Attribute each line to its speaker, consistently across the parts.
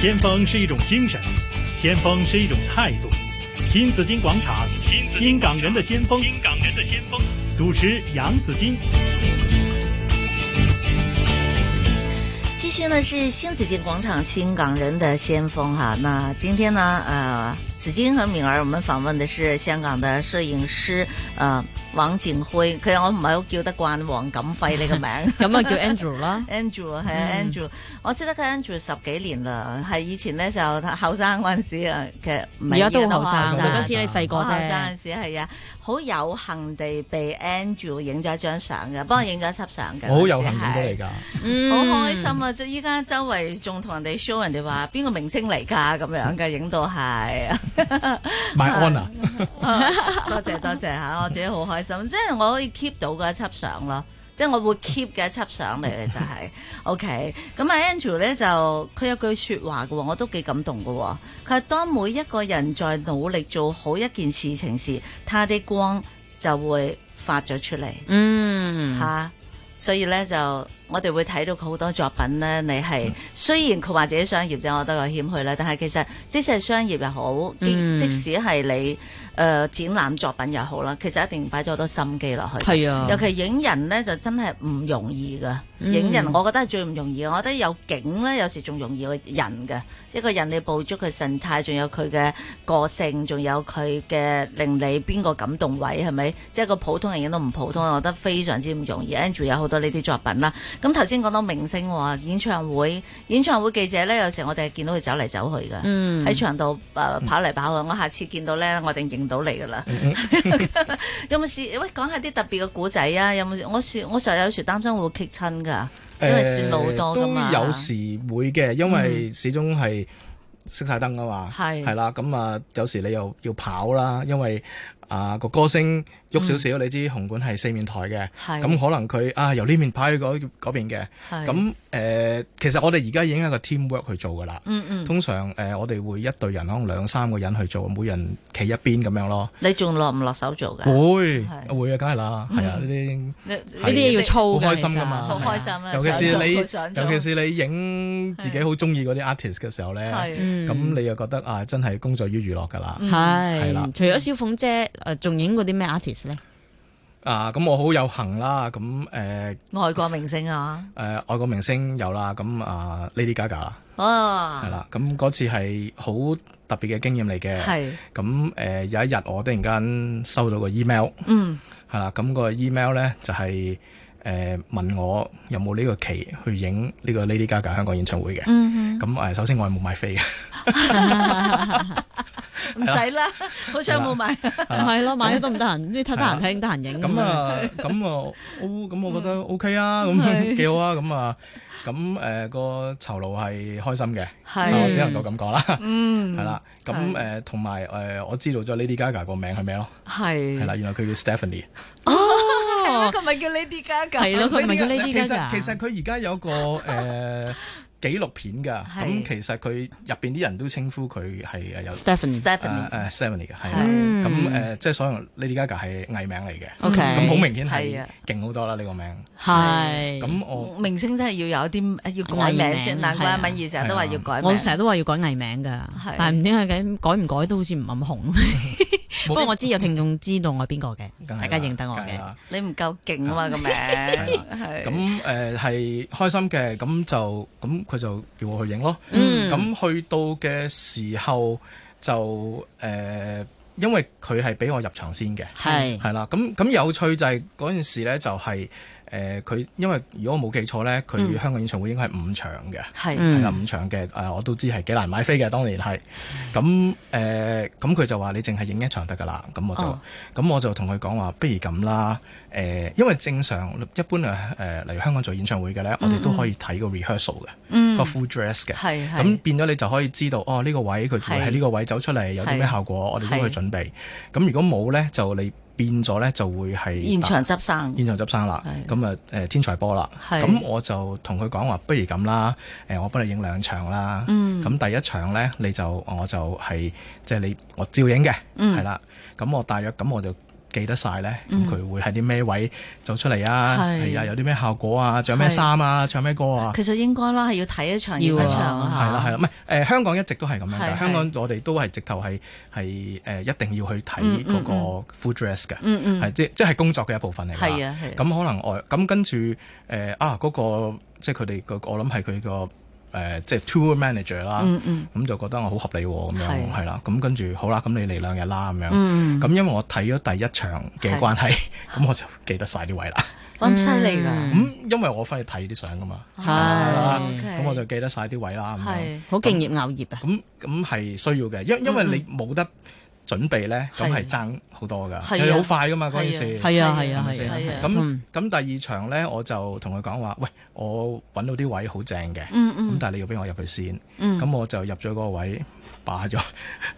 Speaker 1: 先锋是一种精神，先锋是一种态度。新紫金广场，新港人的先锋，
Speaker 2: 新港人的先锋。
Speaker 1: 主持杨紫金。
Speaker 3: 继续呢是新紫金广场新港人的先锋哈、那今天呢呃，紫金和敏儿，我们访问的是香港的摄影师呃王景輝，佢我唔係好叫得慣黃錦輝呢個名，
Speaker 4: 咁啊叫 Andrew 啦
Speaker 3: Andrew 係啊
Speaker 4: 嗯
Speaker 3: Andrew，我識得佢 Andrew 十幾年啦，係以前咧就後生嗰陣時啊，其實唔係
Speaker 4: 而家都好
Speaker 3: 後
Speaker 4: 後生，嗰時你細個
Speaker 3: 我後生嗰。
Speaker 4: 啫
Speaker 3: 陣時係啊，好有幸地被 Andrew 影咗一張相嘅，幫我影咗一輯相嘅。
Speaker 5: 我好有幸
Speaker 3: 嗰時
Speaker 5: 影
Speaker 3: 係
Speaker 5: 到你㗎，
Speaker 4: 嗯
Speaker 3: 好開心啊！即係依家周圍仲同人哋 show 人哋話邊個明星嚟㗎咁樣嘅，影到係。
Speaker 5: 賣安啊！
Speaker 3: 多謝多謝嚇，我自己好開心，即係我可以 keep 到嗰一輯相咯。即係我會 keep 嘅一輯相嚟嘅就係、OK。咁啊 Andrew 咧就佢有句説話嘅喎，我都幾感動嘅喎。佢話當每一個人在努力做好一件事情時，他的光就會發咗出嚟。
Speaker 4: 嗯，
Speaker 3: 吓、所以咧就我哋會睇到佢好多作品咧，你
Speaker 4: 嗯
Speaker 3: 係雖然佢話自己商業啫，我覺得佢謙虛啦，但係其實即使係商業又好，即
Speaker 4: 嗯
Speaker 3: 即使係你誒、呃展覽作品又好啦，其實一定擺咗好多心機落去。
Speaker 4: 係啊
Speaker 3: 尤，其影人咧就真係唔容易噶，
Speaker 4: 嗯
Speaker 3: 影人我覺得係最唔容易嘅，我覺得有景咧有時仲容易過人嘅，一個人你捕捉佢神態，仲有佢嘅個性，仲有佢嘅令你邊個感動位係咪？即係個普通人影到唔普通，我覺得非常之唔容易。Andrew 有好多呢啲作品啦，咁頭先講到明星喎，演唱會，演唱會記者咧有時我哋係見到佢走嚟走去嘅。
Speaker 4: 嗯
Speaker 3: 喺場度誒跑嚟跑去，我下次見到咧，我一定認到你噶啦。
Speaker 5: 嗯
Speaker 3: 有冇試？喂，講下啲特別嘅古仔啊！有冇？我試我成日有時擔心會棘親㗎，因為線路好多㗎嘛。嗯
Speaker 5: 誒呃都有時會嘅，因為始終係熄晒燈啊嘛，
Speaker 3: 係
Speaker 5: 係啦，咁啊有時你又要跑啦，因為啊個歌星喐少少，你知紅館係四面台嘅，
Speaker 3: 嗯係
Speaker 5: 咁可能佢啊由呢面跑去嗰嗰邊嘅，
Speaker 3: 係
Speaker 5: 咁誒、呃其實我哋而家已經係一個 teamwork 去做㗎啦。
Speaker 3: 嗯嗯，
Speaker 5: 通常誒、呃我哋會一隊人可能兩三個人去做，每人企一邊咁樣咯。
Speaker 3: 你仲落唔落手做㗎？
Speaker 5: 會
Speaker 3: 係嗯
Speaker 5: 會啊，梗係啦，係啊呢啲。
Speaker 3: 呢
Speaker 4: 呢啲嘢要操
Speaker 5: 好
Speaker 4: 嘅，
Speaker 5: 開心噶嘛，
Speaker 3: 好
Speaker 4: 其實
Speaker 3: 開心啊
Speaker 5: 尤其
Speaker 3: 想
Speaker 5: 是
Speaker 3: 做
Speaker 5: 你，
Speaker 3: 佢想做
Speaker 5: 尤其是你影自己好中意嗰啲 artist 嘅時候咧，
Speaker 3: 係嗯
Speaker 4: 嗯
Speaker 5: 咁你又覺得啊，真係工作於娛樂㗎啦。係啦
Speaker 4: 係，除咗小鳳姐，誒仲影過啲咩 artist 咧？
Speaker 5: 啊，咁我好有幸啦，咁誒
Speaker 3: 外國明星啊！
Speaker 5: 誒外國明星有啦，咁啊 Lady Gaga 啦，
Speaker 3: 哦，
Speaker 5: 係，啦，咁嗰次係好特別嘅經驗嚟嘅。
Speaker 3: 係，
Speaker 5: 咁誒有一日我突然間收到個 email，
Speaker 3: 嗯，
Speaker 5: 係啦，咁個 email 咧就係誒問我有冇呢個期去影呢個 Lady Gaga 香港演唱會嘅。
Speaker 3: 嗯
Speaker 5: 咁誒，首先我係冇買飛嘅。
Speaker 3: 哼，唔使啦，好彩冇買，
Speaker 4: 係咯，買咗都唔得閒，呢睇得閒睇，得閒影。
Speaker 5: 咁，啊，咁啊，O 咁我覺得 O K 啊，咁 幾好啊，咁啊，咁誒個酬勞係開心嘅，啊
Speaker 3: 係
Speaker 5: 我只能夠咁講啦，
Speaker 3: 嗯，
Speaker 5: 係啦，咁誒同埋誒我知道咗 Lady Gaga 個名係咩咯，係啦，
Speaker 3: 係，
Speaker 5: 原來佢叫 Stephanie，
Speaker 4: 哦，
Speaker 3: 佢咪叫 Lady Gaga？
Speaker 4: 係咯，佢咪叫
Speaker 5: 其
Speaker 4: Lady
Speaker 5: 實
Speaker 4: Gaga。
Speaker 5: 其實佢而家有個誒紀錄片㗎，
Speaker 3: 係
Speaker 5: 咁其實佢入邊啲人都稱呼佢係誒有
Speaker 4: Stephanie，
Speaker 5: 誒
Speaker 3: Stephanie，
Speaker 5: 誒 Stephanie 嘅，係啦
Speaker 3: 係
Speaker 5: 咁誒即係所以 Lady Gaga 係藝名嚟嘅，
Speaker 4: OK
Speaker 5: 咁好明顯
Speaker 3: 係
Speaker 5: 係
Speaker 3: 啊
Speaker 5: 勁好多啦呢個名。
Speaker 4: 係。
Speaker 5: 咁我
Speaker 3: 明星真係要有啲要改名
Speaker 4: 藝
Speaker 3: 先，
Speaker 4: 名
Speaker 3: 難怪
Speaker 4: 係啊
Speaker 3: 敏儀成日都話要改名
Speaker 4: 我。成日都話要改藝名㗎
Speaker 3: 係，
Speaker 4: 但係唔知佢改改唔改都好似唔咁紅。不
Speaker 5: 冇
Speaker 4: 過我知有聽眾知道我係邊個嘅，
Speaker 5: 梗係
Speaker 4: 大
Speaker 5: 啦
Speaker 4: 家認得我
Speaker 5: 梗係
Speaker 4: 嘅。
Speaker 5: 啦
Speaker 3: 你唔夠勁啊嘛個名，係
Speaker 5: 咁誒係開心嘅，咁就咁佢就叫我去影咯。
Speaker 4: 嗯
Speaker 5: 咁去到嘅時候就誒，因為佢係俾我入場先嘅，
Speaker 4: 係
Speaker 5: 係啦。咁咁有趣就係嗰件事咧，就係誒佢因為如果我冇記錯咧，佢香港演唱會應該係五場嘅。
Speaker 3: 係
Speaker 4: 嗯
Speaker 5: 係啦，五場嘅，誒、我都知係幾難買飛嘅，當年係。咁誒，呃咁、佢就話你淨係影一場得㗎啦。咁我就，咁、
Speaker 3: 哦
Speaker 5: 我就同佢講話，不如咁啦。誒、因為正常一般誒誒、呃例如香港做演唱會嘅咧，我哋都可以睇個 rehearsal 嘅，
Speaker 3: 嗯
Speaker 5: 個 full dress 嘅。
Speaker 3: 係係
Speaker 5: 咁變咗你就可以知道，哦呢、個位佢會喺呢個位走出嚟有啲咩
Speaker 3: 係
Speaker 5: 效果，我哋都
Speaker 3: 係
Speaker 5: 去準備。咁如果冇咧，就你變咗咧就會係
Speaker 3: 現場執生
Speaker 5: 現場執生啦，
Speaker 3: 係
Speaker 5: 咁啊誒天才波啦，
Speaker 3: 係
Speaker 5: 咁我就同佢講話，不如咁啦，誒我幫你影兩場啦，
Speaker 3: 嗯
Speaker 5: 咁第一場咧
Speaker 3: 嗯
Speaker 5: 你就我就係即係你我照影嘅，係啦，咁我大約咁我就記得晒咧，咁佢會喺啲咩位走出嚟啊？
Speaker 3: 係
Speaker 5: 係啊，有啲咩效果啊？着咩衫啊？唱咩歌啊？
Speaker 3: 其實應該啦，係要睇一場要
Speaker 4: 要啊
Speaker 3: 一場啊
Speaker 5: 係啦係啦，唔係誒香港一直都係咁樣
Speaker 3: 係
Speaker 5: 嘅。香港我哋都係直頭係係誒一定要去睇嗰個 full dress 嘅，係、
Speaker 3: 嗯嗯
Speaker 5: 即即係工作嘅一部分嚟㗎。
Speaker 3: 係啊係啊
Speaker 5: 咁可能外咁跟住誒、呃啊嗰、個即係佢哋個我諗係佢個誒即係 tour manager 啦，咁、
Speaker 3: 嗯嗯
Speaker 5: 就覺得我好合理喎咁
Speaker 3: 係
Speaker 5: 樣係啦，咁跟住好啦，咁你嚟兩日啦咁樣，咁、
Speaker 3: 嗯
Speaker 5: 因為我睇咗第一場嘅 關係，咁我就記得晒啲位啦。
Speaker 3: 咁犀利㗎，
Speaker 5: 咁、因為我翻去睇啲相噶嘛，
Speaker 4: 嗯係
Speaker 5: 啦
Speaker 3: ，OK
Speaker 5: 咁我就記得晒啲位啦咁樣。
Speaker 3: 係
Speaker 4: 好敬業熬業啊！
Speaker 5: 咁咁係需要嘅，因因為你冇得準備咧，咁
Speaker 3: 嗯係
Speaker 5: 係爭好多
Speaker 3: 係啊
Speaker 5: 噶，又好快噶嘛
Speaker 3: 係
Speaker 5: 嗰
Speaker 3: 啊
Speaker 5: 件事。
Speaker 4: 係啊
Speaker 3: 係嗯
Speaker 4: 係
Speaker 5: 係
Speaker 4: 啊
Speaker 5: 咪
Speaker 4: 係
Speaker 5: 先
Speaker 4: 啊係啊，
Speaker 5: 咁咁第二場咧，我就同佢講話，喂，我揾到啲位好正嘅，
Speaker 3: 嗯
Speaker 5: 咁
Speaker 3: 嗯
Speaker 5: 但係你要俾我入去先。
Speaker 3: 嗯，
Speaker 5: 咁我就入咗嗰個位，霸咗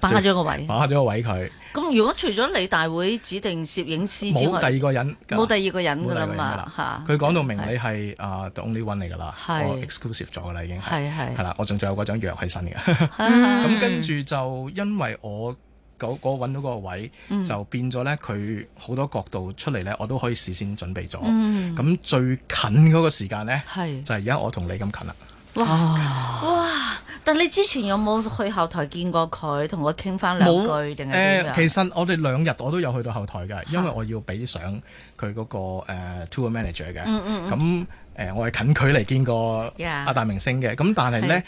Speaker 3: 霸咗個位。
Speaker 5: 霸咗個位佢，
Speaker 3: 咁如果除咗你大會指定攝影師之
Speaker 5: 冇
Speaker 3: 外，
Speaker 5: 第二個人㗎啦，
Speaker 3: 冇第二個人㗎啦
Speaker 5: 冇第二個人㗎
Speaker 3: 嘛
Speaker 5: 啦
Speaker 3: 嚇。
Speaker 5: 佢講到明
Speaker 3: 係
Speaker 5: 你係啊 the only one 嚟㗎啦，
Speaker 3: 係
Speaker 5: 我 exclusive 咗㗎啦已經係，
Speaker 3: 係係
Speaker 5: 係啦，我仲仲有嗰張藥喺身
Speaker 3: 係
Speaker 5: 嘅。咁跟住就因為我嗰嗰揾到個位，就變咗咧佢好多角度出嚟咧，我都可以事先準備咗。咁、
Speaker 3: 嗯
Speaker 5: 最近嗰個時間咧，
Speaker 3: 係
Speaker 5: 就係而家我同你咁近啦。
Speaker 3: 哇！但你之前有冇去後台見過佢，同我傾翻兩句定係點
Speaker 5: 誒，
Speaker 3: 樣？
Speaker 5: 其實我哋兩日我都有去到後台嘅，因為我要俾相佢嗰個誒 tour manager 嘅。咁誒，我係近距離見過
Speaker 3: Yeah
Speaker 5: 阿大明星嘅。咁但係
Speaker 3: 係
Speaker 5: 咧。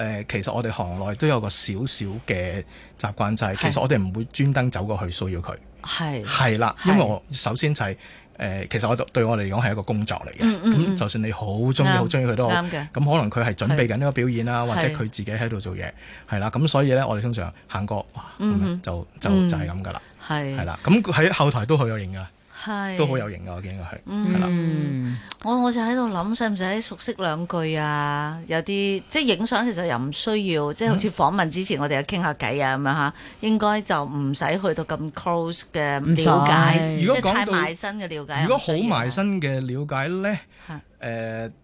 Speaker 5: 誒，其實我哋行內都有個少少嘅習慣，就係
Speaker 3: 係
Speaker 5: 其實我哋唔會專登走過去騷擾佢。
Speaker 3: 係
Speaker 5: 係啦，
Speaker 3: 係
Speaker 5: 因為我首先就係、誒、其實我對我嚟講係一個工作嚟嘅，咁、就算你好中意、
Speaker 3: 嗯啱
Speaker 5: 好中意佢都好，
Speaker 3: 啱
Speaker 5: 咁
Speaker 3: 嘅
Speaker 5: 可能佢係準備緊呢個表演啊啦，或者
Speaker 3: 係
Speaker 5: 佢自己喺度做嘢，係啦，咁所以咧，我哋通常行過，哇，
Speaker 3: 嗯
Speaker 5: 咁樣就就就係咁噶啦，係
Speaker 3: 係
Speaker 5: 啦，咁佢喺後台都好有型噶，
Speaker 3: 係
Speaker 5: 都好有型噶，我見過佢，係啦，
Speaker 4: 嗯，
Speaker 3: 我我就喺度諗，使唔使熟悉兩句啊？有啲即係影相，其實又唔需要，即係好似訪問之前我哋又傾下偈啊咁樣嚇，應該就唔使去到咁 close 嘅
Speaker 4: 唔使
Speaker 3: 了解，
Speaker 5: 如果
Speaker 3: 即係太
Speaker 5: 講到
Speaker 3: 埋身嘅了解。
Speaker 5: 如果好埋，身嘅了解咧，
Speaker 3: 嚇
Speaker 5: 誒、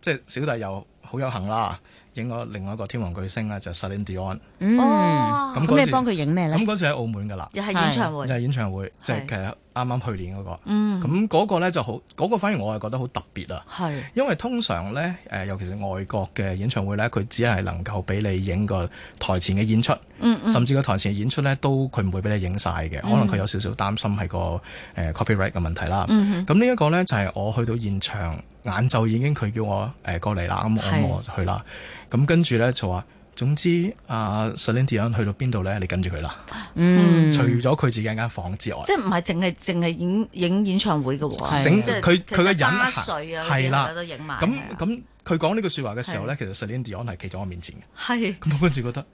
Speaker 5: 即係小弟又好有幸啦，影咗另外一個天王巨星啦，就 Celine Dion，
Speaker 4: 嗯，
Speaker 3: 哦，
Speaker 5: 咁
Speaker 4: 咁
Speaker 5: 嗰
Speaker 4: 你
Speaker 5: 時
Speaker 4: 幫佢影咩咧
Speaker 5: 咁？嗰時喺澳門噶啦。
Speaker 3: 又係演唱會
Speaker 5: 就，係演唱會，即
Speaker 3: 係
Speaker 5: 係其實啱啱去年嗰、個。
Speaker 3: 嗯
Speaker 5: 咁嗰個咧就好，嗰、個反而我係覺得好特別啊！
Speaker 3: 係
Speaker 5: 因為通常咧，誒、尤其是外國嘅演唱會咧，佢只係能夠俾你影個台前嘅演出，
Speaker 3: 嗯
Speaker 5: 甚至個台前嘅演出咧都佢唔會俾你影晒嘅，可能佢有少少擔心係個誒、呃 copyright 嘅問題啦。
Speaker 3: 嗯
Speaker 4: 嗯
Speaker 5: 咁呢一個咧就係、我去到現場晏晝已經佢叫我誒、呃、過嚟啦，咁我
Speaker 3: 係
Speaker 5: 咁我就去啦。咁跟住咧就話，總之啊 Celine Dion 去到邊度咧，你跟住佢啦，
Speaker 4: 嗯，
Speaker 5: 除咗佢自己間房之外。
Speaker 3: 即係唔係淨係淨係影影演唱會嘅喎，
Speaker 5: 整
Speaker 3: 即係
Speaker 5: 佢
Speaker 3: 其實
Speaker 5: 佢個人
Speaker 3: 花
Speaker 5: 行
Speaker 3: 絮啊，
Speaker 5: 係啦
Speaker 3: 都影埋。
Speaker 5: 咁咁，佢講呢句説話嘅時候咧，其實 Celine Dion 係企咗我面前嘅。
Speaker 3: 係啊
Speaker 5: 咁我跟住覺得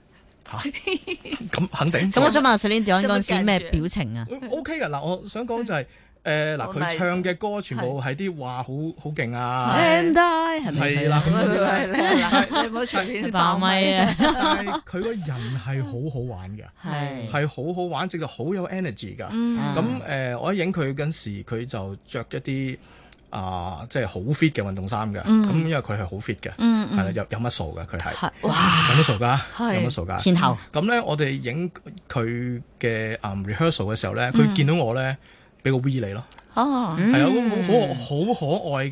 Speaker 5: 吓，咁肯定
Speaker 4: 咁我想問下 Celine Dion
Speaker 3: 使乜
Speaker 4: 嗰陣時咩表情啊？
Speaker 5: 我 OK 嘅嗱，我想講就係誒嗱，
Speaker 3: 好勵
Speaker 5: 佢
Speaker 3: 志
Speaker 5: 唱嘅歌全部係啲話好好勁
Speaker 3: 係
Speaker 5: 啊，
Speaker 4: And I 係咪？
Speaker 5: 係啦，
Speaker 3: 喂喂喂你唔好隨便爆
Speaker 4: 爆
Speaker 3: 咪
Speaker 4: 咪啊！
Speaker 5: 但係佢個人係好好玩嘅，
Speaker 4: 係
Speaker 5: 係好好玩，直到好有 energy 㗎。
Speaker 3: 嗯
Speaker 5: 咁誒，我一影佢嗰陣時，佢就着一啲啊，即係好 fit 嘅運動衫嘅。咁因為佢係好 fit 嘅，
Speaker 3: 嗯
Speaker 5: 係啦，有有乜數嘅佢係。
Speaker 3: 係哇，
Speaker 5: 有乜數㗎？
Speaker 3: 係
Speaker 5: 有乜數㗎？
Speaker 4: 天后
Speaker 5: 咁咧，我哋影佢嘅嗯 rehearsal 嘅時候咧，佢見到我咧，俾個 V 你咯，
Speaker 3: 哦，
Speaker 4: 嗯
Speaker 5: 係啊，好好好可愛
Speaker 3: 係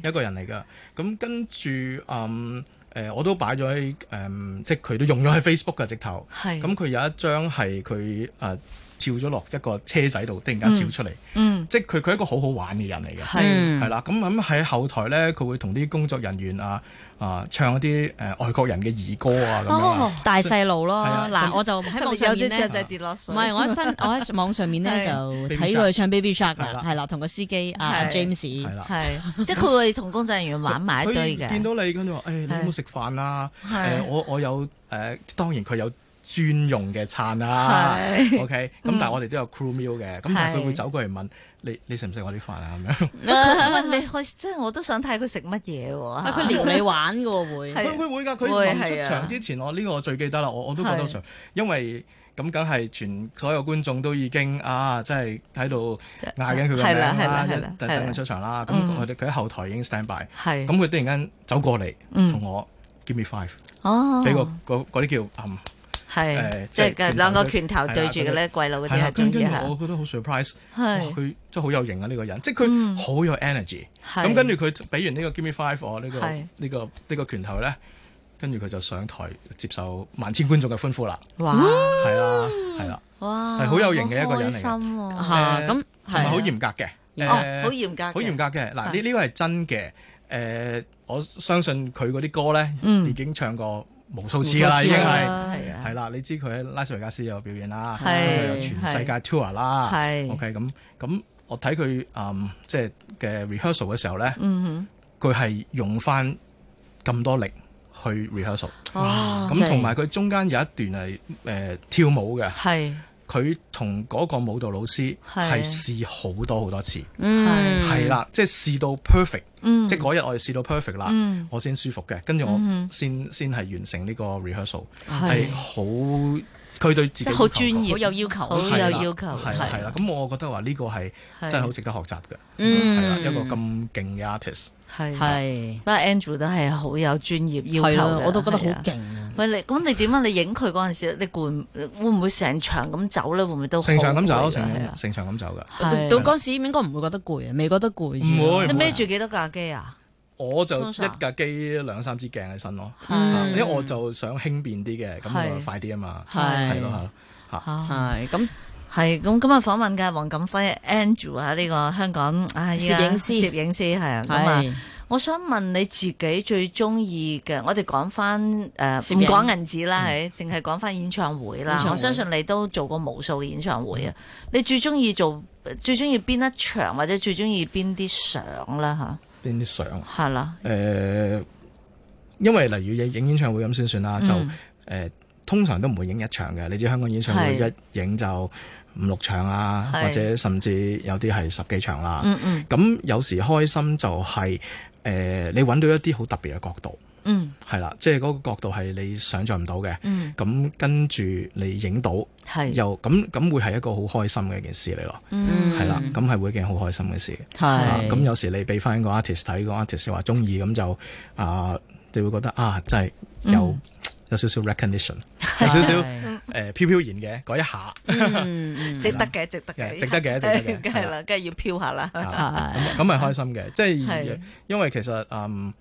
Speaker 5: 嘅一個人嚟㗎。咁跟住嗯誒，我都擺咗喺誒，即係佢都用咗喺 Facebook 嘅直頭。
Speaker 3: 係
Speaker 5: 咁佢有一張係佢誒跳咗落一個車仔度，突然間跳出嚟，
Speaker 3: 嗯
Speaker 5: 即係佢佢係一個好好玩嘅人嚟嘅。
Speaker 3: 係
Speaker 4: 嗯
Speaker 5: 係啦，咁咁喺後台咧，佢會同啲工作人員啊啊唱一啲誒、呃外國人嘅兒歌啊咁樣
Speaker 3: 哦
Speaker 5: 啊，
Speaker 4: 哦大細路咯
Speaker 5: 係，啊
Speaker 4: 嗱
Speaker 5: 甚
Speaker 4: 我就喺網上
Speaker 3: 有
Speaker 4: 面
Speaker 3: 啲
Speaker 4: 咧
Speaker 3: 雀。仔跌落
Speaker 4: 唔
Speaker 3: 水，
Speaker 4: 係，我喺 新我喺網上面咧
Speaker 3: 係
Speaker 4: 就
Speaker 5: Baby
Speaker 4: 睇
Speaker 5: Shark
Speaker 4: 佢唱 Baby Shark
Speaker 5: 係
Speaker 4: 啦
Speaker 5: 啦，
Speaker 4: 係啦，同個司機啊
Speaker 3: 係
Speaker 4: James
Speaker 5: 係啦。
Speaker 3: 係，即 係佢會同工作人員玩埋一堆
Speaker 5: 佢見
Speaker 3: 嘅，
Speaker 5: 到你跟住話，誒、哎你有
Speaker 3: 係
Speaker 5: 冇食飯啊？誒、
Speaker 3: 係
Speaker 5: 我我有誒、呃，當然佢有專用嘅餐啦、
Speaker 3: 係 嗯
Speaker 5: OK，咁但係我哋都有 crew meal 嘅，咁但
Speaker 3: 係
Speaker 5: 係佢會走過嚟問你你食唔食我啲飯啊？咁樣，
Speaker 3: 咁你去，即係我都想睇佢食乜嘢
Speaker 4: 啊
Speaker 3: 喎，
Speaker 4: 佢撩你玩嘅喎會，
Speaker 3: 係
Speaker 5: 佢佢會㗎，佢
Speaker 3: 會
Speaker 5: 臨
Speaker 3: 係啊
Speaker 5: 出場之前，我呢、個我最記得啦，我我都覺得好
Speaker 3: 係
Speaker 5: 長，因為咁梗係全所有觀眾都已經啊，即係喺度嗌緊佢個名啊
Speaker 3: 係啦係啦
Speaker 5: 啦，
Speaker 3: 係啦
Speaker 5: 一等
Speaker 3: 係啦
Speaker 5: 佢出場啦。咁
Speaker 3: 嗯
Speaker 5: 佢哋佢喺後台已經 stand by，
Speaker 3: 係
Speaker 5: 咁佢突然間走過嚟
Speaker 3: 嗯
Speaker 5: 同我 give me five，
Speaker 3: 哦，
Speaker 5: 俾個嗰嗰啲叫嗯
Speaker 3: 係
Speaker 5: 誒
Speaker 3: 即係
Speaker 5: 即係
Speaker 3: 兩個拳
Speaker 5: 拳
Speaker 3: 頭
Speaker 5: 頭
Speaker 3: 對住嘅咧，貴佬嗰
Speaker 5: 係
Speaker 3: 啲啊
Speaker 5: 啦，
Speaker 3: 係
Speaker 5: 跟
Speaker 3: 中
Speaker 5: 跟
Speaker 3: 意
Speaker 5: 住
Speaker 3: 嚇，
Speaker 5: 我覺得好 surprise，哇！
Speaker 3: 係嗯
Speaker 5: 佢真係好有型啊！呢個人，即係佢好有 energy。
Speaker 3: 係
Speaker 5: 咁跟住佢俾完呢個 Give Me Five 我呢個
Speaker 3: 係
Speaker 5: 呢個呢個拳頭咧，跟住佢就上台接受萬千觀眾嘅歡呼啦。
Speaker 3: 哇
Speaker 5: 係啦，係啦，
Speaker 3: 哇，
Speaker 5: 係好有型嘅一個人嚟嘅
Speaker 3: 好開心喎哦，
Speaker 4: 吓
Speaker 5: 誒
Speaker 4: 咁
Speaker 5: 同埋好
Speaker 4: 係哦
Speaker 5: 嚴格嘅。誒
Speaker 3: 好嚴格嘅，啊
Speaker 5: 好嚴格嘅。嗱，
Speaker 3: 係
Speaker 5: 呢呢個係真嘅。誒、我相信佢嗰啲歌咧，
Speaker 3: 嗯
Speaker 5: 已經唱過無數次啦，
Speaker 4: 無
Speaker 5: 已
Speaker 4: 數
Speaker 5: 經
Speaker 4: 次啦
Speaker 5: 係。
Speaker 3: 係啊，
Speaker 5: 係啦，你知佢喺拉斯維加斯有表演啦，
Speaker 3: 係
Speaker 5: 佢有全世界 tour 啦。
Speaker 3: 係
Speaker 5: OK，咁咁我睇佢嗯即係嘅 rehearsal 嘅時候咧，
Speaker 3: 嗯
Speaker 5: 佢係用翻咁多力去 rehearsal。
Speaker 3: 哼，哦，
Speaker 4: 真
Speaker 5: 咁
Speaker 4: 係
Speaker 5: 同埋佢中間有一段係誒、呃跳舞嘅，
Speaker 3: 係
Speaker 5: 佢同嗰個舞蹈老師
Speaker 3: 係
Speaker 5: 係試好多好多次，
Speaker 4: 嗯
Speaker 5: 係啦、即係試到 perfect。
Speaker 3: 嗯
Speaker 5: 即係嗰日我哋試到 perfect 啦，
Speaker 3: 嗯
Speaker 5: 我先舒服嘅，跟住我
Speaker 3: 嗯
Speaker 5: 先先係完成呢個 rehearsal，
Speaker 3: 係
Speaker 5: 係好佢對自己
Speaker 3: 即係好
Speaker 5: 要求
Speaker 3: 專業
Speaker 4: 好有要求，
Speaker 3: 好
Speaker 5: 高
Speaker 3: 有
Speaker 5: 係啦
Speaker 3: 要求
Speaker 5: 係啦
Speaker 3: 係
Speaker 5: 係啦，咁我覺得話呢個係
Speaker 3: 係
Speaker 5: 真係好值得學習嘅，
Speaker 4: 嗯
Speaker 5: 係啦，一個咁勁嘅 artist，
Speaker 3: 係
Speaker 4: 係
Speaker 3: 不過 Andrew 都係好有專業要
Speaker 4: 係
Speaker 3: 求
Speaker 4: 啊
Speaker 3: 嘅
Speaker 4: 我都覺得好
Speaker 3: 係啊
Speaker 4: 勁啊！
Speaker 3: 喂，你咁你點啊？你影佢嗰陣時，你攰唔會唔會成場咁走咧？會唔會都好
Speaker 5: 成場咁走，
Speaker 3: 攰㗎係啊
Speaker 5: 成成場咁走㗎，
Speaker 4: 到
Speaker 3: 係
Speaker 4: 到嗰時應該唔會覺得攰啊，未覺得攰住啊。
Speaker 5: 唔會
Speaker 3: 你孭住幾多架機啊？
Speaker 5: 我就
Speaker 3: 通
Speaker 5: 一
Speaker 3: 常
Speaker 5: 架機兩三支鏡喺身咯，啊
Speaker 4: 嗯
Speaker 5: 因為我就想輕便啲嘅，咁
Speaker 3: 係
Speaker 5: 就快啲啊嘛，
Speaker 4: 係
Speaker 5: 係咯係咯。
Speaker 3: 啊
Speaker 4: 係咁
Speaker 3: 係咁今日訪問嘅黃錦輝 Andrew 啊，呢個香港啊
Speaker 4: 攝影師
Speaker 3: 攝影師係啊咁啊。
Speaker 4: 係
Speaker 3: 我想問你自己最中意嘅，我哋講翻誒
Speaker 4: 攝
Speaker 3: 唔
Speaker 4: 影
Speaker 3: 講銀紙啦，係淨係講翻演唱會
Speaker 4: 演
Speaker 3: 啦。
Speaker 4: 唱會
Speaker 3: 我相信你都做過無數嘅演唱會啊。你最中意做最中意邊一場，或者最中意邊啲相啦
Speaker 5: 邊啲相啊？
Speaker 3: 吓，係啦，
Speaker 5: 誒、呃因為例如影影演唱會咁先算
Speaker 3: 嗯
Speaker 5: 啦，就誒、通常都唔會影一場嘅。你知香港演唱會
Speaker 3: 係
Speaker 5: 一影就五六場啊，
Speaker 3: 係
Speaker 5: 或者甚至有啲係十幾場啦。
Speaker 3: 嗯嗯
Speaker 5: 咁、有時開心就係、呃你揾到一啲好特別嘅角度，
Speaker 3: 嗯
Speaker 5: 係啦，即係嗰個角度係你想象唔到嘅。
Speaker 3: 嗯，
Speaker 5: 咁跟住你影到，
Speaker 3: 係
Speaker 5: 又咁咁會係一個好開心嘅一件事嚟咯，
Speaker 3: 嗯
Speaker 5: 係啦，咁係會一件好開心嘅事。啊
Speaker 4: 係
Speaker 5: 咁有時你俾翻個 artist 睇，個 artist 話中意咁就啊，你會覺得啊，真係有有少少 recognition，有少少
Speaker 4: 嗯係
Speaker 5: 誒飄飄然嘅嗰一下，
Speaker 4: 嗯嗯
Speaker 3: 值得嘅，值得嘅，
Speaker 5: 係值得 嘅值得嘅
Speaker 3: 梗係啦，梗係要飄下啦。
Speaker 5: 啊
Speaker 4: 係
Speaker 5: 咁咁係開心嘅，即
Speaker 3: 係
Speaker 5: 係因為其實嗯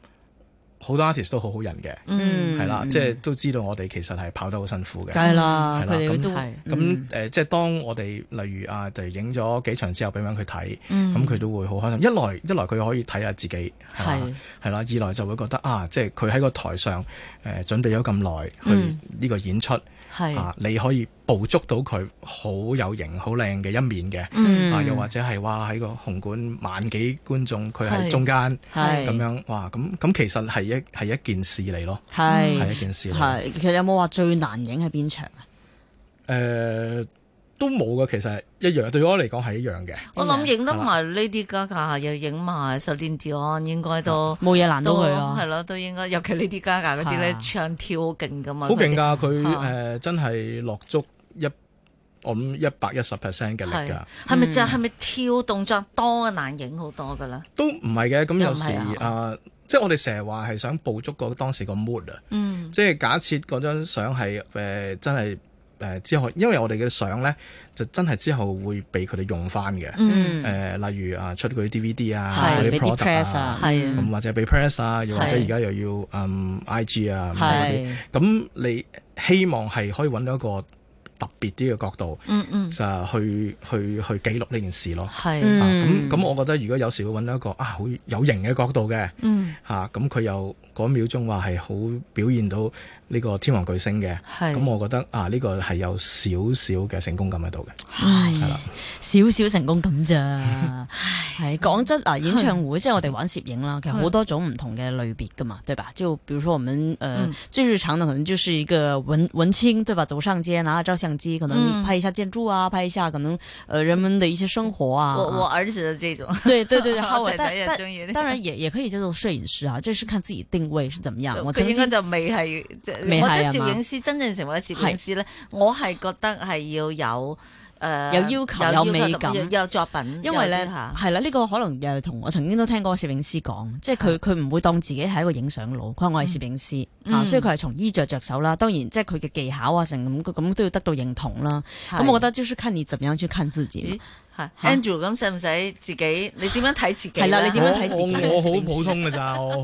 Speaker 5: 好多 artist 都好好人嘅，
Speaker 4: 嗯
Speaker 5: 係啦，即係都知道我哋其實係跑得好辛苦
Speaker 4: 梗
Speaker 5: 嘅。
Speaker 4: 係啦，
Speaker 5: 係啦
Speaker 4: 佢哋
Speaker 5: 咁
Speaker 4: 都
Speaker 3: 係
Speaker 5: 咁誒，即係當我哋例如啊，就影咗幾場之後俾翻佢睇，
Speaker 3: 嗯
Speaker 5: 咁佢都會好開心。一來一來佢可以睇下自己係嘛
Speaker 3: 係
Speaker 5: 係啦，二來就會覺得啊，即係佢喺個台上誒、呃、準備咗咁耐去
Speaker 3: 嗯
Speaker 5: 呢個演出、
Speaker 3: 係
Speaker 5: 啊，你可以捕捉到佢好有型、好靚嘅一面嘅、
Speaker 3: 嗯
Speaker 5: 啊，又或者係哇喺個紅館萬幾觀眾，佢
Speaker 3: 係
Speaker 5: 喺中間
Speaker 4: 係
Speaker 5: 咁樣哇，咁咁其實係一係一件事嚟咯，
Speaker 3: 嗯
Speaker 5: 嗯係
Speaker 4: 嗯係
Speaker 5: 一件事嚟。誒、
Speaker 4: 係，其實有冇話最難影係邊場啊？
Speaker 5: 呃都冇嘅，其實一樣對我嚟講係一樣嘅。
Speaker 3: 我諗影得埋 Lady Gaga 又影埋 Celine Dion，應該都。
Speaker 4: 冇嘢難到佢啊
Speaker 3: 都係
Speaker 4: 咯，
Speaker 3: 咯，都應該，尤其呢啲 Gaga 嗰啲咧
Speaker 4: 係，啊
Speaker 3: 唱跳好勁噶嘛，
Speaker 5: 好勁
Speaker 3: 佢哋！
Speaker 5: 㗎，佢誒、
Speaker 3: 啊
Speaker 5: 呃真係落足一我諗一百一十 percent 嘅力
Speaker 3: 係
Speaker 5: 㗎。
Speaker 4: 嗯
Speaker 3: 係咪就係咪跳動作多難影好多噶啦？
Speaker 5: 都唔係嘅，咁
Speaker 3: 又唔
Speaker 5: 有時
Speaker 3: 係啊
Speaker 5: 啊、即係我哋成日話係想捕捉個當時個 mood 啊，
Speaker 3: 嗯，
Speaker 5: 即係假設嗰張相係誒真係誒、呃之後，因為我哋嘅相咧就真係之後會被佢哋用翻嘅，誒、
Speaker 4: 嗯
Speaker 5: 例如啊出嗰啲 DVD 啊，
Speaker 4: 係
Speaker 5: 嗰
Speaker 4: 俾
Speaker 5: 啲
Speaker 4: 啲
Speaker 5: product
Speaker 4: press 啊
Speaker 5: 啊，
Speaker 3: 係啊
Speaker 5: 咁或者俾 press 啊，又或者
Speaker 3: 係
Speaker 5: 而家又要嗯 IG 啊咁嗰啲，
Speaker 4: 係
Speaker 5: 咁你希望係可以揾到一個特別啲嘅角度，
Speaker 3: 嗯嗯，
Speaker 5: 就去去去記錄呢件事咯。
Speaker 3: 係，
Speaker 4: 嗯
Speaker 5: 啊咁咁，我覺得如果有時會揾到一個啊好有型嘅角度嘅
Speaker 3: 嗯
Speaker 5: 嚇，咁佢又嗰秒鐘話係好表現到呢個天王巨星嘅，
Speaker 3: 係。
Speaker 5: 咁我覺得啊呢個係有少少嘅成功感喺度嘅，
Speaker 4: 係少少成功 咁咋。係講真啊，演唱會即係我哋玩攝影
Speaker 3: 嗯
Speaker 4: 啦，其實好多種唔同嘅類別噶嘛，對吧？就比如說我們呃
Speaker 3: 嗯
Speaker 4: 最日常的可能就是一個文文青，對吧？走上街拿着照相機，可
Speaker 3: 嗯
Speaker 4: 能拍一下建築啊，拍一下可能呃人们的一些生活啊。
Speaker 3: 我 我兒子的這種，
Speaker 4: 对对对对，好，
Speaker 3: 我
Speaker 4: 我
Speaker 3: 仔
Speaker 4: 但
Speaker 3: 仔也
Speaker 4: 但
Speaker 3: 中意呢
Speaker 4: 当然也也可以叫做摄影師啊，這是看自己定位是怎麼樣。我
Speaker 3: 佢
Speaker 4: 曾
Speaker 3: 應該
Speaker 4: 經
Speaker 3: 就未係，即係
Speaker 4: 未係啊
Speaker 3: 我覺得
Speaker 4: 係嘛
Speaker 3: 攝影師真正成為咗攝影師咧，我係覺得係要有誒、呃
Speaker 4: 有要求有美感
Speaker 3: 有有作品，
Speaker 4: 因為
Speaker 3: 有
Speaker 4: 咧
Speaker 3: 啲嚇
Speaker 4: 係啦，呢個可能又係同我曾經都聽過個攝影師講，即係佢佢唔會當自己係一個影相佬，佢話我係攝影師
Speaker 3: 嗯
Speaker 4: 啊，
Speaker 3: 嗯
Speaker 4: 所以佢係從衣着着手啦。當然即係佢嘅技巧啊，成咁咁都要得到認同啦。咁我覺得就是看你怎麼樣去看自己嘛。
Speaker 3: 係 Andrew 咁使唔使自己？你點樣睇自己呢？
Speaker 4: 係啦你點樣睇自己
Speaker 5: 我我我好普通嘅咋，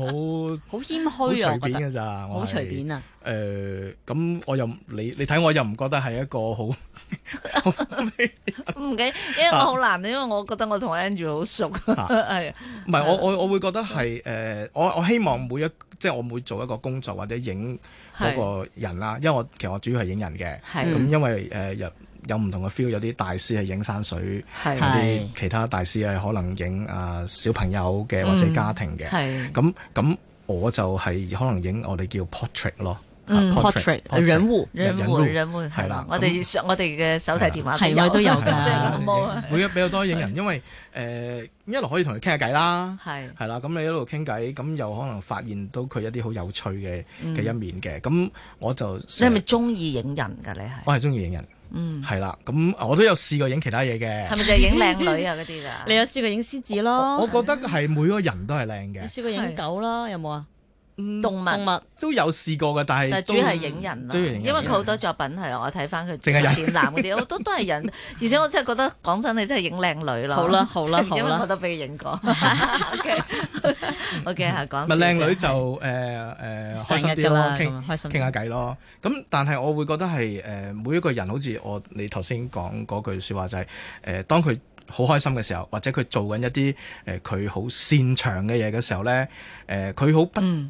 Speaker 5: 我好
Speaker 4: 好謙
Speaker 5: 好
Speaker 4: 虛啊，我
Speaker 5: 隨
Speaker 4: 覺
Speaker 5: 便
Speaker 4: 得
Speaker 5: 嘅咋，
Speaker 4: 好
Speaker 5: 我係
Speaker 4: 隨便啊。
Speaker 5: 誒，咁、我又唔你你睇我又唔覺得係一個好
Speaker 3: 唔緊，因為
Speaker 5: 啊
Speaker 3: 我好難，因為我覺得我同 Andrew 好熟， 係啊
Speaker 5: 唔係，我我我會覺得係誒、呃我我希望每一即係我每做一個工作或者影嗰個人啦，因為我其實我主要係影人嘅，
Speaker 3: 係
Speaker 5: 咁、因為誒、呃有有唔同嘅 feel，有啲大師係影山水，
Speaker 3: 係
Speaker 5: 有
Speaker 4: 係
Speaker 5: 啲其他大師係可能影啊、小朋友嘅或者
Speaker 3: 嗯
Speaker 5: 家庭嘅，
Speaker 3: 係
Speaker 5: 咁咁、我就係可能影我哋叫 portrait 咯、啊
Speaker 3: 嗯
Speaker 4: Portrait 人物
Speaker 3: 人
Speaker 5: 人
Speaker 3: 物
Speaker 5: 物
Speaker 3: 人物
Speaker 5: 係啦
Speaker 3: 我哋上我哋嘅手提電話
Speaker 4: 係我哋都 有㗎
Speaker 3: 老母啊
Speaker 5: 會比較多影人，因為誒、呃一路可以同佢傾下偈啦。
Speaker 3: 係
Speaker 5: 係啦，咁你一路傾偈，咁又可能發現到佢一啲好有趣嘅
Speaker 3: 嗯
Speaker 5: 嘅一面嘅，咁我就
Speaker 3: 你
Speaker 5: 成
Speaker 3: 係
Speaker 5: 日
Speaker 3: 咪中意影人㗎？你係
Speaker 5: 我係中意影人，
Speaker 3: 嗯，
Speaker 5: 係啦，咁我都有試過影其他嘢
Speaker 3: 係
Speaker 5: 嘅，
Speaker 3: 咪就係影靚女啊嗰啲㗎？
Speaker 4: 你有試過影獅子
Speaker 5: 我
Speaker 4: 咯？
Speaker 5: 覺得係每個人都係靚
Speaker 4: 你
Speaker 5: 嘅，
Speaker 4: 試過影狗啦？有冇啊？
Speaker 5: 嗯
Speaker 3: 動物
Speaker 4: 動物
Speaker 5: 都有試過嘅，但
Speaker 3: 但係
Speaker 5: 係
Speaker 3: 主要係影人啊啦，
Speaker 5: 都要影人
Speaker 3: 因為佢好多作品係我睇翻佢
Speaker 5: 淨
Speaker 3: 展
Speaker 5: 係人
Speaker 3: 覽嗰啲，好多都係人，而且我真係覺得講真，你真係影靚女啦。
Speaker 4: 好啦好啦 好
Speaker 3: 因為我
Speaker 4: 啦，
Speaker 3: 都俾佢影 過。OK，OK 嚇講笑
Speaker 5: 咪
Speaker 3: 啫。
Speaker 5: 靚女就誒誒開
Speaker 4: 成
Speaker 5: 心
Speaker 4: 日
Speaker 5: 啲
Speaker 4: 噶
Speaker 5: 咯，
Speaker 4: 啦，咁
Speaker 5: 傾
Speaker 4: 啊開心
Speaker 5: 傾下偈咯。咁但係我會覺得係誒每一個人好似呃我你頭先講嗰句説話就係誒當佢好開心嘅時候，或者佢做緊一啲誒佢好擅長嘅嘢嘅時候咧，誒佢好不
Speaker 3: 嗯，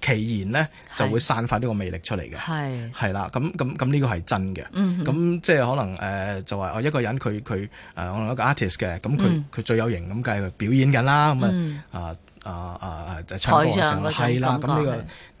Speaker 5: 其然咧就
Speaker 3: 係
Speaker 5: 會散發呢個魅力出嚟嘅，
Speaker 3: 係，
Speaker 5: 係啦，咁咁咁呢個係真嘅。
Speaker 3: 嗯
Speaker 5: 咁、即係可能誒、呃就話我一個人佢佢誒可能一個 artist 嘅，咁佢
Speaker 3: 嗯
Speaker 5: 佢最有型咁梗係佢表演緊啦，咁啊
Speaker 3: 嗯，
Speaker 5: 啊啊啊就唱歌嘅時
Speaker 3: 台上嗰
Speaker 5: 候
Speaker 3: 種
Speaker 5: 係啦，
Speaker 3: 感覺
Speaker 5: 咁呢個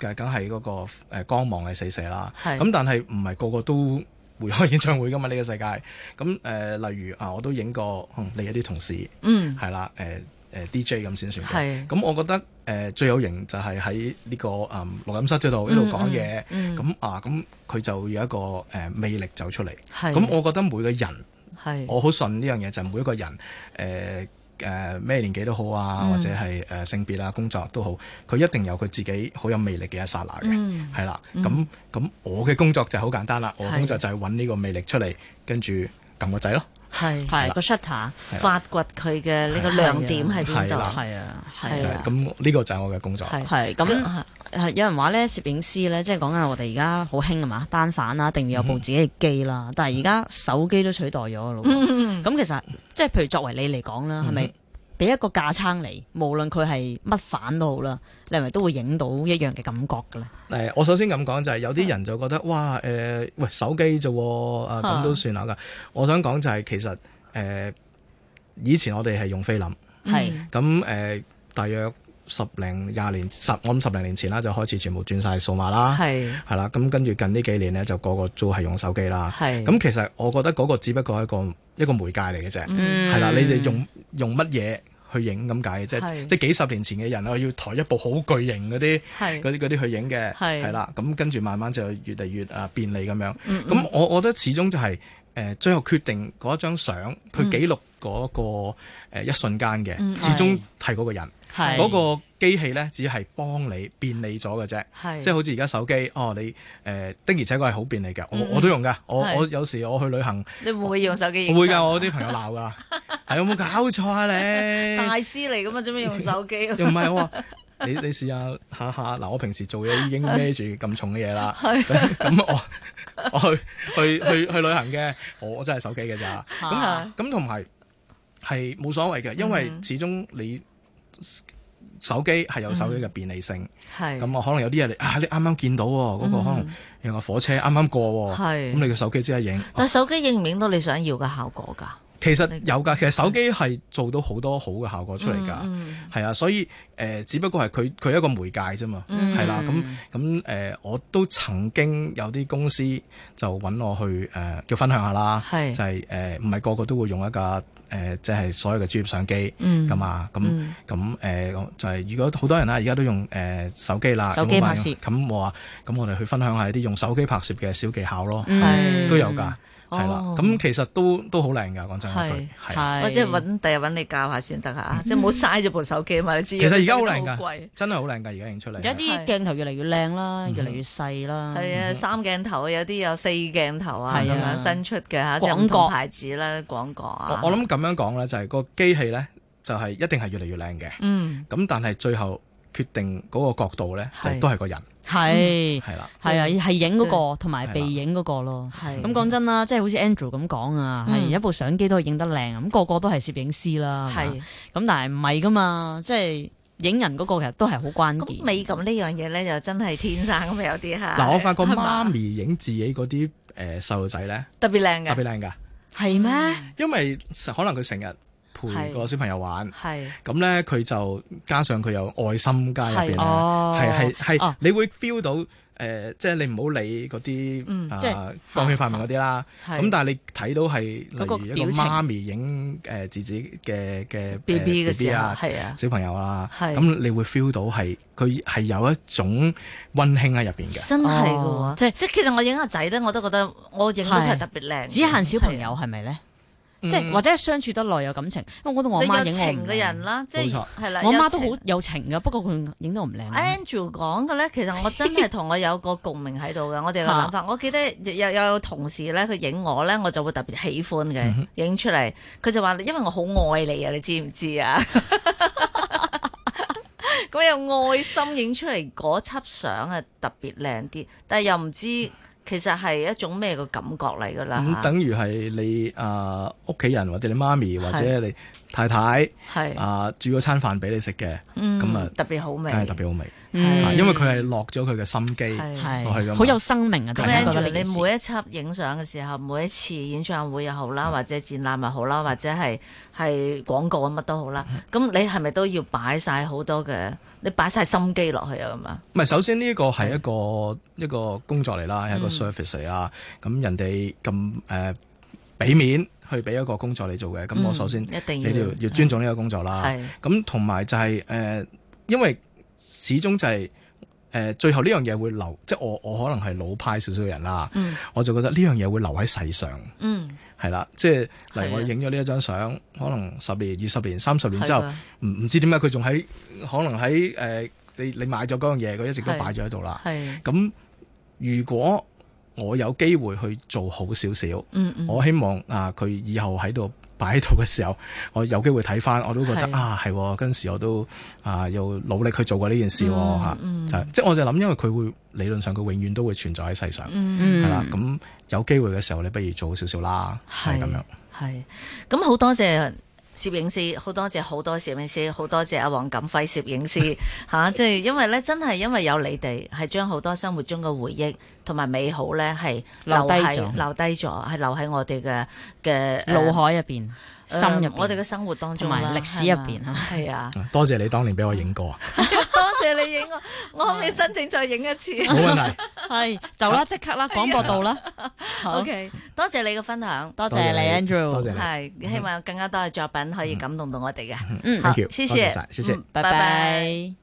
Speaker 5: 梗梗係嗰個呃光芒係四射啦。
Speaker 3: 係
Speaker 5: 咁但係唔係個個都會開演唱會噶嘛？呢、個世界咁誒、呃例如啊，我都影過、嗯你一啲同事
Speaker 3: 嗯，
Speaker 5: 係啦，誒、呃、誒 DJ 咁先算
Speaker 3: 係。
Speaker 5: 嘅。咁我覺得誒、呃最有型就係喺呢個誒、嗯、錄音室嗰度一路講嘢，咁、
Speaker 3: 嗯嗯
Speaker 5: 啊咁佢就有一個誒、呃魅力走出嚟。
Speaker 3: 係。
Speaker 5: 咁我覺得每個人，
Speaker 3: 係。
Speaker 5: 我好信呢樣嘢就係每一個人誒誒咩年紀都好啊，
Speaker 3: 嗯
Speaker 5: 或者係誒、呃性別啊、工作都好，佢一定有佢自己好有魅力嘅一剎那嘅。
Speaker 3: 嗯，
Speaker 5: 係啦，
Speaker 3: 嗯
Speaker 5: 咁咁、我嘅工作就好簡單啦，我嘅
Speaker 3: 係
Speaker 5: 工作就係揾呢個魅力出嚟，跟住撳個掣咯。
Speaker 3: 係。
Speaker 4: 係個 shutter，
Speaker 3: 發掘佢嘅呢個亮點喺邊
Speaker 5: 係啦
Speaker 3: 度？
Speaker 4: 係啊
Speaker 3: 係
Speaker 5: 就
Speaker 3: 啦
Speaker 5: 係咁呢個就係我嘅工作。
Speaker 3: 係
Speaker 4: 係咁。
Speaker 3: 咁
Speaker 4: 係呃有人話咧，攝影師咧，即係講緊我哋而家好興啊嘛，單反啦，一定要有部自己嘅機啦。但係而家手機都取代咗咯喎。咁、其實即係譬如作為你嚟講啦，係咪俾一個架撐你，無論佢係乜反都好啦，你係咪都會影到一樣嘅感覺嘅咧？
Speaker 5: 誒、我首先咁講就係有啲人就覺得哇誒、喂手機啫喎，啊咁都算啦㗎。我想講就係其實誒、呃以前我哋係用菲林，咁
Speaker 4: 係
Speaker 5: 誒、呃大約十零廿年十我諗十零年前啦就開始全部轉晒數碼啦，
Speaker 3: 係
Speaker 5: 係啦。咁跟住近呢幾年咧就個個都係用手機啦。
Speaker 3: 係
Speaker 5: 咁其實我覺得嗰個只不過係一個一個媒介嚟嘅啫，
Speaker 3: 嗯
Speaker 5: 係啦、你哋用用乜嘢去影咁解嘅啫？
Speaker 3: 係
Speaker 5: 即係幾十年前嘅人我要抬一部好巨型嗰啲。
Speaker 3: 係
Speaker 5: 嗰啲嗰啲去影嘅，
Speaker 3: 係
Speaker 5: 係啦，咁跟住慢慢就越嚟越啊便利咁樣。
Speaker 3: 嗯
Speaker 5: 咁我我覺得始終就係誒最後決定嗰一張相，佢記錄嗰個誒一瞬間嘅，始終係嗰個人。
Speaker 4: 係
Speaker 5: 嗰個機器咧，只係幫你便利咗嘅啫。
Speaker 3: 係
Speaker 5: 即係好似而家手機，哦，你誒的而且確係好便利嘅，我我都用㗎。我
Speaker 3: 係
Speaker 5: 我有時我去旅行，
Speaker 3: 你會唔會用手機影
Speaker 5: 我
Speaker 3: 相？
Speaker 5: 會㗎，我啲朋友鬧㗎，係有冇搞錯啊 你？
Speaker 3: 大師嚟噶嘛，做咩用手 機？
Speaker 5: 又唔係我話你你試下下下嗱，我平時做嘢已經孭住咁重嘅 嘢啦，咁我我去去去去旅行嘅，我真係手機嘅咋，咁
Speaker 3: 啊
Speaker 5: 咁同埋係冇所謂嘅，因為
Speaker 3: 嗯
Speaker 5: 始終你。手機係有手機嘅便利性，
Speaker 3: 係
Speaker 5: 咁我可能有啲嘢你啊，你啱啱見到喎，嗰個可能有個火車啱啱過喎，
Speaker 3: 嗯係
Speaker 5: 咁你個手機即刻影。
Speaker 3: 但手機影唔影到你想要嘅效果㗎？
Speaker 5: 其實有㗎，其實手機係做到好多好嘅效果出嚟㗎。
Speaker 3: 嗯
Speaker 5: 係啊，所以誒、呃只不過係佢佢一個媒介啫嘛，
Speaker 3: 嗯
Speaker 5: 係啦、咁咁誒，我都曾經有啲公司就揾我去誒、呃叫分享下啦，
Speaker 3: 係
Speaker 5: 就係誒唔係個個都會用一架誒、呃即係所有嘅專業相機
Speaker 3: 嗯
Speaker 5: 咁啊，咁
Speaker 3: 嗯
Speaker 5: 咁誒就係、如果好多人啦，而家都用誒、呃手機啦，
Speaker 4: 手機
Speaker 5: 有冇買
Speaker 4: 拍攝嗯
Speaker 5: 咁我話咁我哋去分享下一啲用手機拍攝嘅小技巧咯，
Speaker 3: 係
Speaker 5: 都有㗎。係啦，
Speaker 3: 哦
Speaker 5: 咁其實都都好靚㗎，講真一
Speaker 3: 係
Speaker 5: 句，
Speaker 4: 嗯
Speaker 5: 係啊
Speaker 3: 我即係揾第日揾你教下先得嚇，即係唔好嘥咗部手機嘛，你知。
Speaker 5: 其實而家好
Speaker 3: 真
Speaker 5: 靚
Speaker 3: 係
Speaker 5: 㗎，真係好靚㗎，而家影出嚟
Speaker 4: 而家
Speaker 5: 係。
Speaker 4: 啲鏡頭越嚟越靚啦，越嚟越細啦。
Speaker 3: 係
Speaker 5: 嗯
Speaker 3: 啊，三鏡頭有啲有四鏡頭啊，咁
Speaker 4: 係啊
Speaker 3: 樣新出嘅嚇，即係唔
Speaker 4: 廣角
Speaker 3: 同牌子啦，廣角
Speaker 5: 我
Speaker 3: 啊。
Speaker 5: 我諗咁樣講咧，就係個機器咧，就係一定係越嚟越靚嘅。
Speaker 3: 嗯，
Speaker 5: 咁但係最後決定嗰個角度咧，就
Speaker 3: 係
Speaker 5: 都係個人
Speaker 4: 係
Speaker 5: 係啦。
Speaker 4: 係啊，係影嗰個同埋
Speaker 5: 係啦
Speaker 4: 被影嗰個咯。
Speaker 3: 係
Speaker 4: 咁講真啦，即係好似 Andrew 咁講啊，係
Speaker 3: 嗯
Speaker 4: 一部相機都可以影得靚，咁個個都係攝影師啦。係嘛
Speaker 3: 係。
Speaker 4: 咁，但係唔係噶嘛，即係影人嗰個其實都係好關
Speaker 3: 咁
Speaker 4: 鍵。
Speaker 3: 美感呢樣嘢咧，就真係天生咁有啲嚇。
Speaker 5: 嗱，我發覺
Speaker 3: 係
Speaker 5: 媽
Speaker 3: 嘛
Speaker 5: 咪影自己嗰啲誒細路仔咧，
Speaker 3: 特別靚
Speaker 5: 特
Speaker 3: 嘅，
Speaker 5: 別靚㗎，
Speaker 4: 係咩？
Speaker 3: 嗯
Speaker 5: 因為可能佢成日陪個小朋友
Speaker 4: 嗯
Speaker 5: 玩，
Speaker 3: 係
Speaker 5: 咁咧佢就加上佢有愛心加入邊咧，啊
Speaker 3: 係
Speaker 4: 哦
Speaker 5: 係係係
Speaker 4: 哦，
Speaker 5: 你會 feel 到誒，即係你唔好理嗰啲
Speaker 3: 嗯
Speaker 4: 即係
Speaker 5: 啊光圈塊面嗰啲啦。
Speaker 3: 係。
Speaker 5: 咁但係你睇到係例
Speaker 4: 嗰個
Speaker 5: 如一
Speaker 4: 表
Speaker 5: 個
Speaker 4: 情
Speaker 5: 媽咪影誒自己嘅嘅
Speaker 3: B B
Speaker 5: 呃
Speaker 3: 嘅時候
Speaker 5: 啊
Speaker 3: 係啊，
Speaker 5: 小朋友啦，
Speaker 3: 係
Speaker 5: 咁你會 feel 到係佢係有一種温馨喺入邊嘅。
Speaker 3: 真係嘅
Speaker 4: 哦
Speaker 3: 喎。
Speaker 4: 即係
Speaker 3: 即係其實我影個仔咧，我都覺得我影到佢係特別靚嘅。
Speaker 4: 只限小朋友
Speaker 3: 係啊，
Speaker 4: 係咪咧？
Speaker 5: 嗯
Speaker 4: 即係或者係相處得耐有感情，因為我覺得我
Speaker 3: 你
Speaker 4: 媽
Speaker 3: 有
Speaker 4: 影我唔
Speaker 3: 情嘅
Speaker 4: 靚
Speaker 3: 人啦，即
Speaker 5: 冇
Speaker 3: 係
Speaker 5: 錯
Speaker 3: 係啦。
Speaker 4: 我
Speaker 3: 有
Speaker 4: 媽都
Speaker 3: 情哎
Speaker 4: 好有情噶，不過佢影到我唔靚。啊
Speaker 3: Andrew 講嘅咧，其實我真係同我有個共鳴喺度嘅，我哋嘅諗法。我記得有有有同事咧，佢影我咧，我就會特別喜歡
Speaker 5: 嗯
Speaker 3: 嘅，影出嚟。佢就話：因為我好愛你啊，你知唔知啊？ 咁有愛心影出嚟嗰輯相啊，特別靚啲，但係又唔知其實係一種咩嘅感覺嚟㗎
Speaker 5: 咁
Speaker 3: 啦
Speaker 5: 等於係你啊屋企人或者你媽咪或者你太太
Speaker 3: 嚇，係
Speaker 5: 啊煮咗餐飯俾你食嘅，咁啊
Speaker 3: 嗯，特別好味
Speaker 5: 梗，係特別好味，
Speaker 3: 係
Speaker 5: 啊
Speaker 4: 嗯
Speaker 5: 因為佢係落咗佢嘅心機。
Speaker 3: 係。
Speaker 5: 我係咁
Speaker 4: 係
Speaker 5: 啊
Speaker 4: 好有生命啊！
Speaker 3: 咁
Speaker 4: 大家覺
Speaker 3: Andrew，
Speaker 4: 得
Speaker 3: 你
Speaker 4: 呢件事
Speaker 3: 每一輯影相嘅時候，每一次演唱會又好
Speaker 5: 嗯
Speaker 3: 啦，或者展覽又好啦，或者係係廣告啊乜都好啦，
Speaker 5: 嗯
Speaker 3: 咁你係咪都要擺晒好多嘅？你擺晒心機落去啊咁啊？
Speaker 5: 唔係，首先呢個係一個一個工作嚟啦，係一個
Speaker 3: 嗯
Speaker 5: service 嚟啦。咁人哋咁誒俾面去俾一個工作你做嘅，咁我
Speaker 3: 嗯
Speaker 5: 首先
Speaker 3: 一定
Speaker 5: 你
Speaker 3: 要
Speaker 5: 都要要尊重呢個工作啦。
Speaker 3: 係
Speaker 5: 咁同埋就係誒，因為始終就係誒最後呢樣嘢會留，即係我我可能係老派少少嘅人啦，
Speaker 3: 嗯
Speaker 5: 我就覺得呢樣嘢會留喺世上。
Speaker 3: 嗯，
Speaker 5: 係啦，即係
Speaker 3: 係
Speaker 5: 例
Speaker 3: 啊
Speaker 5: 如我影咗呢一張相，可能十年、二十年、三十年之後
Speaker 3: 係啊，
Speaker 5: 唔唔知點解佢仲喺，可能喺誒、呃你你買咗嗰樣嘢，佢一直都
Speaker 3: 係
Speaker 5: 擺咗喺度啦。
Speaker 3: 係
Speaker 5: 咁如果我有機會去做好少少，
Speaker 3: 嗯嗯
Speaker 5: 我希望啊佢以後喺度擺喺度嘅時候，我有機會睇翻，我都覺得
Speaker 3: 係
Speaker 5: 啊係喎，嗰陣時我都啊又努力去做過呢件事喎
Speaker 3: 嗯
Speaker 5: 嚇
Speaker 3: 嗯
Speaker 5: 就係即係我就諗，因為佢會理論上佢永遠都會存在喺世上。
Speaker 3: 嗯
Speaker 5: 係啦
Speaker 4: 嗯，，
Speaker 5: 咁有機會嘅時候，你不如做好少少啦，就係咁樣。
Speaker 3: 係咁好多謝。攝影師好多謝好多攝影師，好多謝阿黃錦輝攝影 師吓，即係因為咧，真係因為有你哋，係將好多生活中嘅回憶同埋美好咧，係留
Speaker 4: 留低
Speaker 3: 喺
Speaker 4: 咗
Speaker 3: 留低咗，係留喺我哋嘅嘅呃
Speaker 4: 腦海入邊、心入
Speaker 3: 呃我哋
Speaker 4: 邊，
Speaker 3: 嘅生活當中
Speaker 4: 同埋
Speaker 3: 啦
Speaker 4: 歷史入邊
Speaker 3: 係嘛係啊，
Speaker 5: 嗯多謝你當年俾我 影過，啊
Speaker 3: 多謝你影我，我可唔可
Speaker 4: 啊
Speaker 3: 以申請再影一 次
Speaker 5: 冇問題。
Speaker 4: 係走啦，即 刻啦，廣播到啦。好，
Speaker 3: 哎？OK，多謝你嘅分享，
Speaker 4: 多謝你，Andrew，
Speaker 5: 多謝你
Speaker 3: 係希望有更加多嘅作品可以感動到我哋嘅。
Speaker 4: 嗯
Speaker 3: 好
Speaker 5: ，thank you，
Speaker 3: 謝謝
Speaker 5: 多謝晒，謝謝。
Speaker 3: 嗯
Speaker 4: 拜
Speaker 3: 拜拜
Speaker 4: 拜。